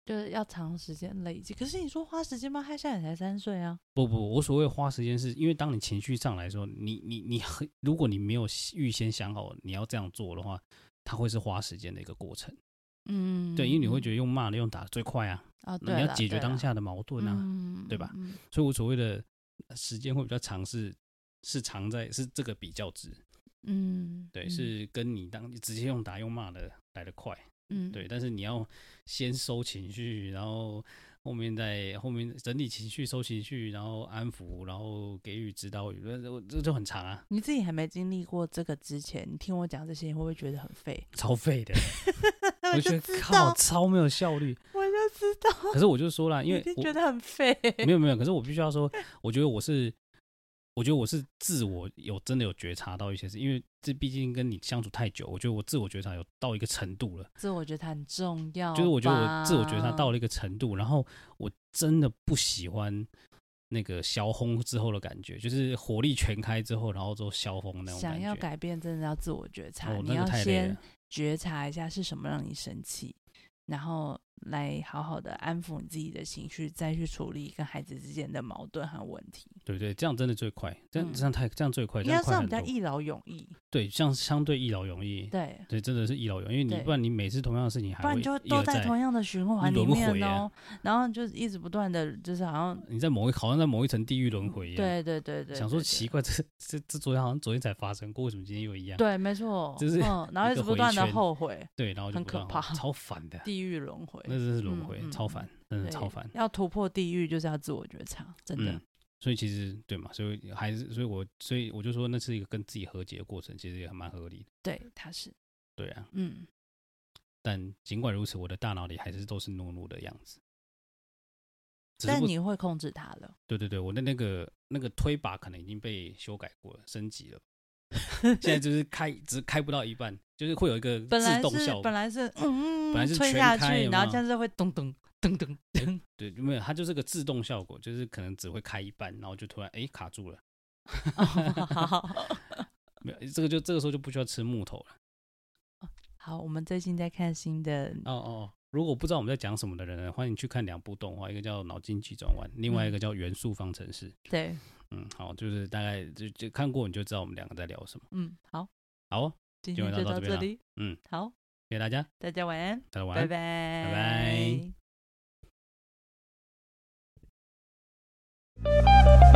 B: 就是要长时间累积。可是你说花时间吗？他现在也才三岁啊。
A: 不不，我所谓花时间，是因为当你情绪上来的时候，你你你很，如果你没有预先想好你要这样做的话，它会是花时间的一个过程。
B: 嗯，
A: 对，因为你会觉得用骂的、用打的最快啊，
B: 得啊，
A: 那
B: 对
A: 你要
B: 啦
A: 解决当，下的矛
B: 对
A: 盾
B: 啦
A: 啊，
B: 嗯
A: 对吧
B: 嗯
A: 所以我所谓的呃时间会比较长是，是长在是这个比较值，
B: 嗯，
A: 对，
B: 嗯，
A: 是跟你当直接用打用骂的来的快，
B: 嗯，
A: 对，但是你要先收情绪，然后后面在后面整理情绪、收情绪，然后安抚，然后给予指导语，这这就很长啊，
B: 你自己还没经历过这个之前，你听我讲这些，你会不会觉得很废？ [LAUGHS]
A: 超废的，我
B: 我
A: 就觉
B: 就
A: 得
B: 知
A: 靠
B: 道，
A: 超没有效
B: [LAUGHS]
A: 率。
B: 我就知道，
A: 可是我就说了，因
B: 你
A: 为
B: 一定
A: 我
B: 觉得很废。
A: 没有没有，可是我必须要说，我觉得我是，我觉得我是自我有真的有觉察到一些事，因为这毕竟跟你相处太久，我觉得我自我觉察有到一个程度了，
B: 自我觉得很重要吧，
A: 就是我觉得我自我觉察到了一个程度，然后我真的不喜欢那个消烘之后的感觉，就是火力全开之后，然后之后消烘那种感
B: 想
A: 觉。
B: 要改变，真的要自我觉察，
A: 哦，
B: 你
A: 那个
B: 要
A: 太累
B: 先
A: 了。
B: 觉察一下是什么让你生气，然后来好好的安抚你自己的情绪，再去处理跟孩子之间的矛盾和问题。
A: 对对，这样真的最快，这样
B: 嗯
A: 这样太这样最快，
B: 应
A: 这
B: 该
A: 样快
B: 算
A: 很
B: 比较
A: 多。
B: 一劳永逸，
A: 对，像相对一劳永逸，
B: 对，
A: 对，真的是一劳永逸，因为你
B: 对
A: 不然你每次同样的事情还
B: 不然
A: 会
B: 你就
A: 哎一
B: 都
A: 而
B: 在
A: 再
B: 同样的循环
A: 你
B: 里
A: 轮回啊 [LAUGHS]
B: 面哦，然后就一直不断的，就是好像
A: 你在某一好像在某一层地狱轮回一样。
B: 对对对对，
A: 哎想说
B: 对
A: 奇，
B: 对
A: 怪，这这这昨天好像昨天才发生过，为什么今天又一样？
B: 对，没错，
A: 就是
B: 嗯，然后
A: 一
B: 一直
A: 个
B: 不
A: 回
B: 断的
A: 圈
B: 后悔，
A: 对然后就
B: 很
A: 不
B: 可
A: 断
B: 怕
A: 超烦的，
B: 地狱轮回，
A: 那真是轮
B: 嗯
A: 回，
B: 嗯
A: 超
B: 嗯
A: 烦，真的
B: 对
A: 超烦。
B: 要突破地狱就是要自我觉察，真的
A: 嗯，，所以其实对嘛，所以还是所以我所以我就说那是一个跟自己和解的过程，其实也很蛮合理的。
B: 对，他是，
A: 对啊，
B: 嗯，
A: 但尽管如此，我的大脑里还是都是懦弱的样子。只是
B: 但
A: 我
B: 你会控制他了，
A: 对对对，我的那个那个推把可能已经被修改过了，升级
B: [LAUGHS]
A: 了。现在就是开，只是开不到一半，就是会有一个
B: 本
A: 自
B: 来
A: 动
B: 是
A: 效果
B: 本。来是嗯，
A: 本来是
B: 吹
A: 全
B: 下
A: 开
B: 去，
A: 有没
B: 然
A: 有
B: 后这样就会咚咚咚咚
A: [LAUGHS]
B: 咚，
A: 对，没有，它就是个自动效果，就是可能只会开一半，然后就突然哎卡住了。
B: 哦好好
A: 没有，这个就这个时候就不需要吃木头了。
B: 好，我们最近在看新的，
A: 哦哦，哦如果不知道我们在讲什么的人呢，欢迎去看两部动画，一个叫《脑筋急转弯》，另外一个叫《元素方程式》。
B: 对，
A: 嗯，好，就是大概就就看过你就知道我们两个在聊什么。
B: 嗯，好，
A: 好哦，
B: 今
A: 今
B: 天
A: 晚
B: 就
A: 到
B: 到
A: 这
B: 这
A: 边啦
B: 里，
A: 嗯，
B: 好，
A: 谢谢大家，
B: 大家晚安，
A: 大家晚
B: 拜拜，
A: 安。拜
B: 拜拜。